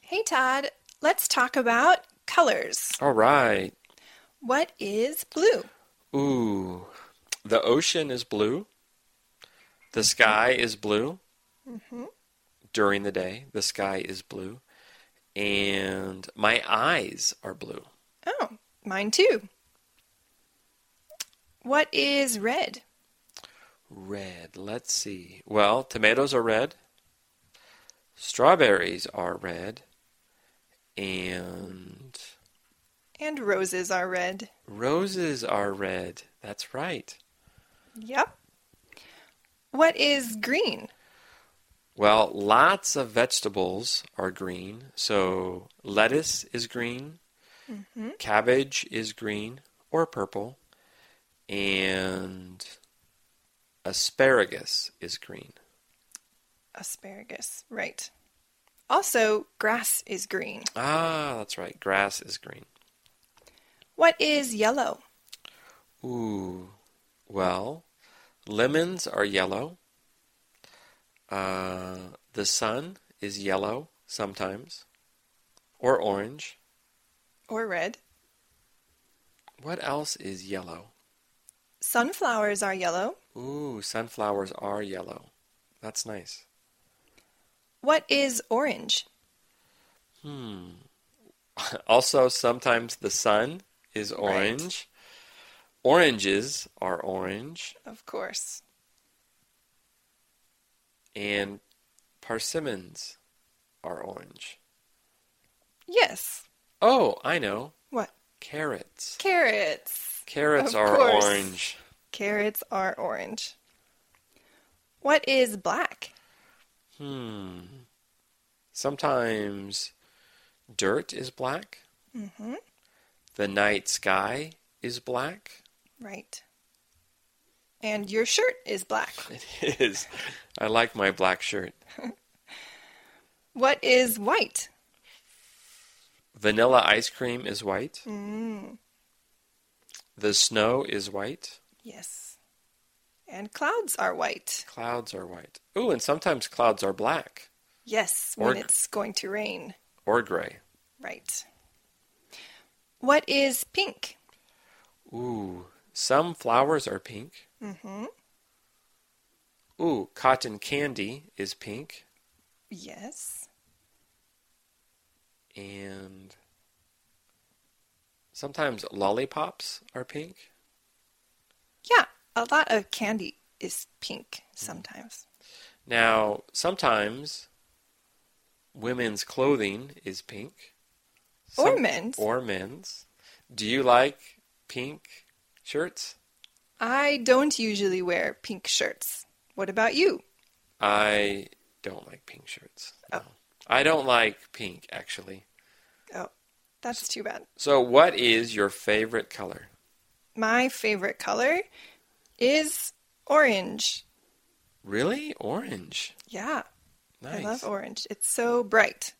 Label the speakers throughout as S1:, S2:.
S1: Hey Todd, let's talk about colors.
S2: All right.
S1: What is blue?
S2: Ooh. The ocean is blue. The sky is blue.
S1: Mhm.
S2: During the day, the sky is blue. And my eyes are blue.
S1: Oh, mine too. What is red?
S2: Red. Let's see. Well, tomatoes are red. Strawberries are red. And
S1: And roses are red.
S2: roses are red. That's right.
S1: Yep. What is green?
S2: Well, lots of vegetables are green. So lettuce is green, cabbage is green or purple, and asparagus is green.
S1: Asparagus, right. Also, grass is green.
S2: Ah, that's right. Grass is green.
S1: What is yellow?
S2: Ooh. Well, lemons are yellow. Uh, the sun is yellow sometimes, or orange.
S1: Or red?
S2: What else is yellow?
S1: Sunflowers are yellow.
S2: Ooh, sunflowers are yellow. That's nice.
S1: What is orange?
S2: Hmm. Also, sometimes the sun is
S1: Right.
S2: orange. Oranges are orange,
S1: Of course.
S2: and persimmons are orange.
S1: Yes.
S2: Oh, I know.
S1: What?
S2: Carrots.
S1: Carrots.
S2: Carrots
S1: Of
S2: are
S1: course.
S2: orange.
S1: Carrots are orange. What is black?
S2: Hmm. Sometimes dirt is black.
S1: Mm-hmm.
S2: The night sky is black.
S1: Right. And your shirt is black.
S2: It is. I like my black shirt.
S1: What is white?
S2: Vanilla ice cream is white.
S1: Mm,
S2: The snow is white.
S1: yes. And clouds are white.
S2: Clouds are white. Ooh, and sometimes clouds are black
S1: Yes, when
S2: Or-
S1: it's going to rain.
S2: or gray.
S1: Right. What is pink?
S2: Ooh, some flowers are pink.
S1: Mm-hmm.
S2: Ooh, cotton candy is pink.
S1: Yes.
S2: And sometimes lollipops are pink.
S1: Yeah, a lot of candy is pink sometimes.
S2: Now, sometimes women's clothing is pink.
S1: Or
S2: Some-
S1: men's.
S2: Or men's. Do you like pink shirts?
S1: I don't usually wear pink shirts. What about you?
S2: I don't like pink shirts. No. I don't like pink, actually.
S1: Oh, that's too bad.
S2: So, what is your favorite color?
S1: My favorite color is orange.
S2: Really? Orange.
S1: Yeah,
S2: Nice.
S1: I love orange. It's so bright.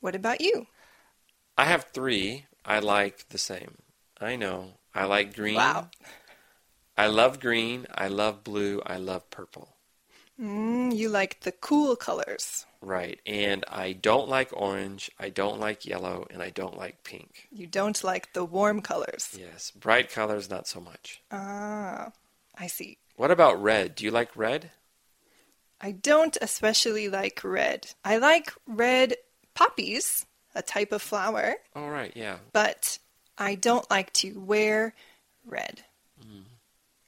S1: What about you?
S2: I have three I like the same. I know. I like green.
S1: Wow.
S2: I love green. I love blue. I love purple.
S1: Mm, you like the cool colors.
S2: Right. And I don't like orange. I don't like yellow. And I don't like pink.
S1: You don't like the warm colors.
S2: Yes. Bright colors, not so much.
S1: Ah, I see.
S2: What about red? Do you like red?
S1: I don't especially like red. I like red poppies, a type of flower,
S2: All right. Yeah.
S1: but I don't like to wear red.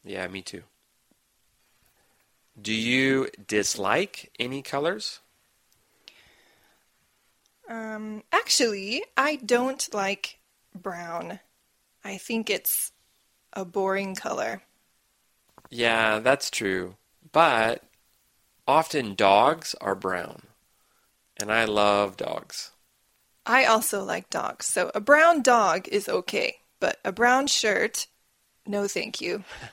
S2: Yeah, me too. Do you dislike any colors?
S1: Um, actually, I don't like brown. I think it's a boring color.
S2: Yeah, that's true. But often dogs are brown. And I love dogs.
S1: I also like dogs, so a brown dog is okay, but a brown shirt, no thank you.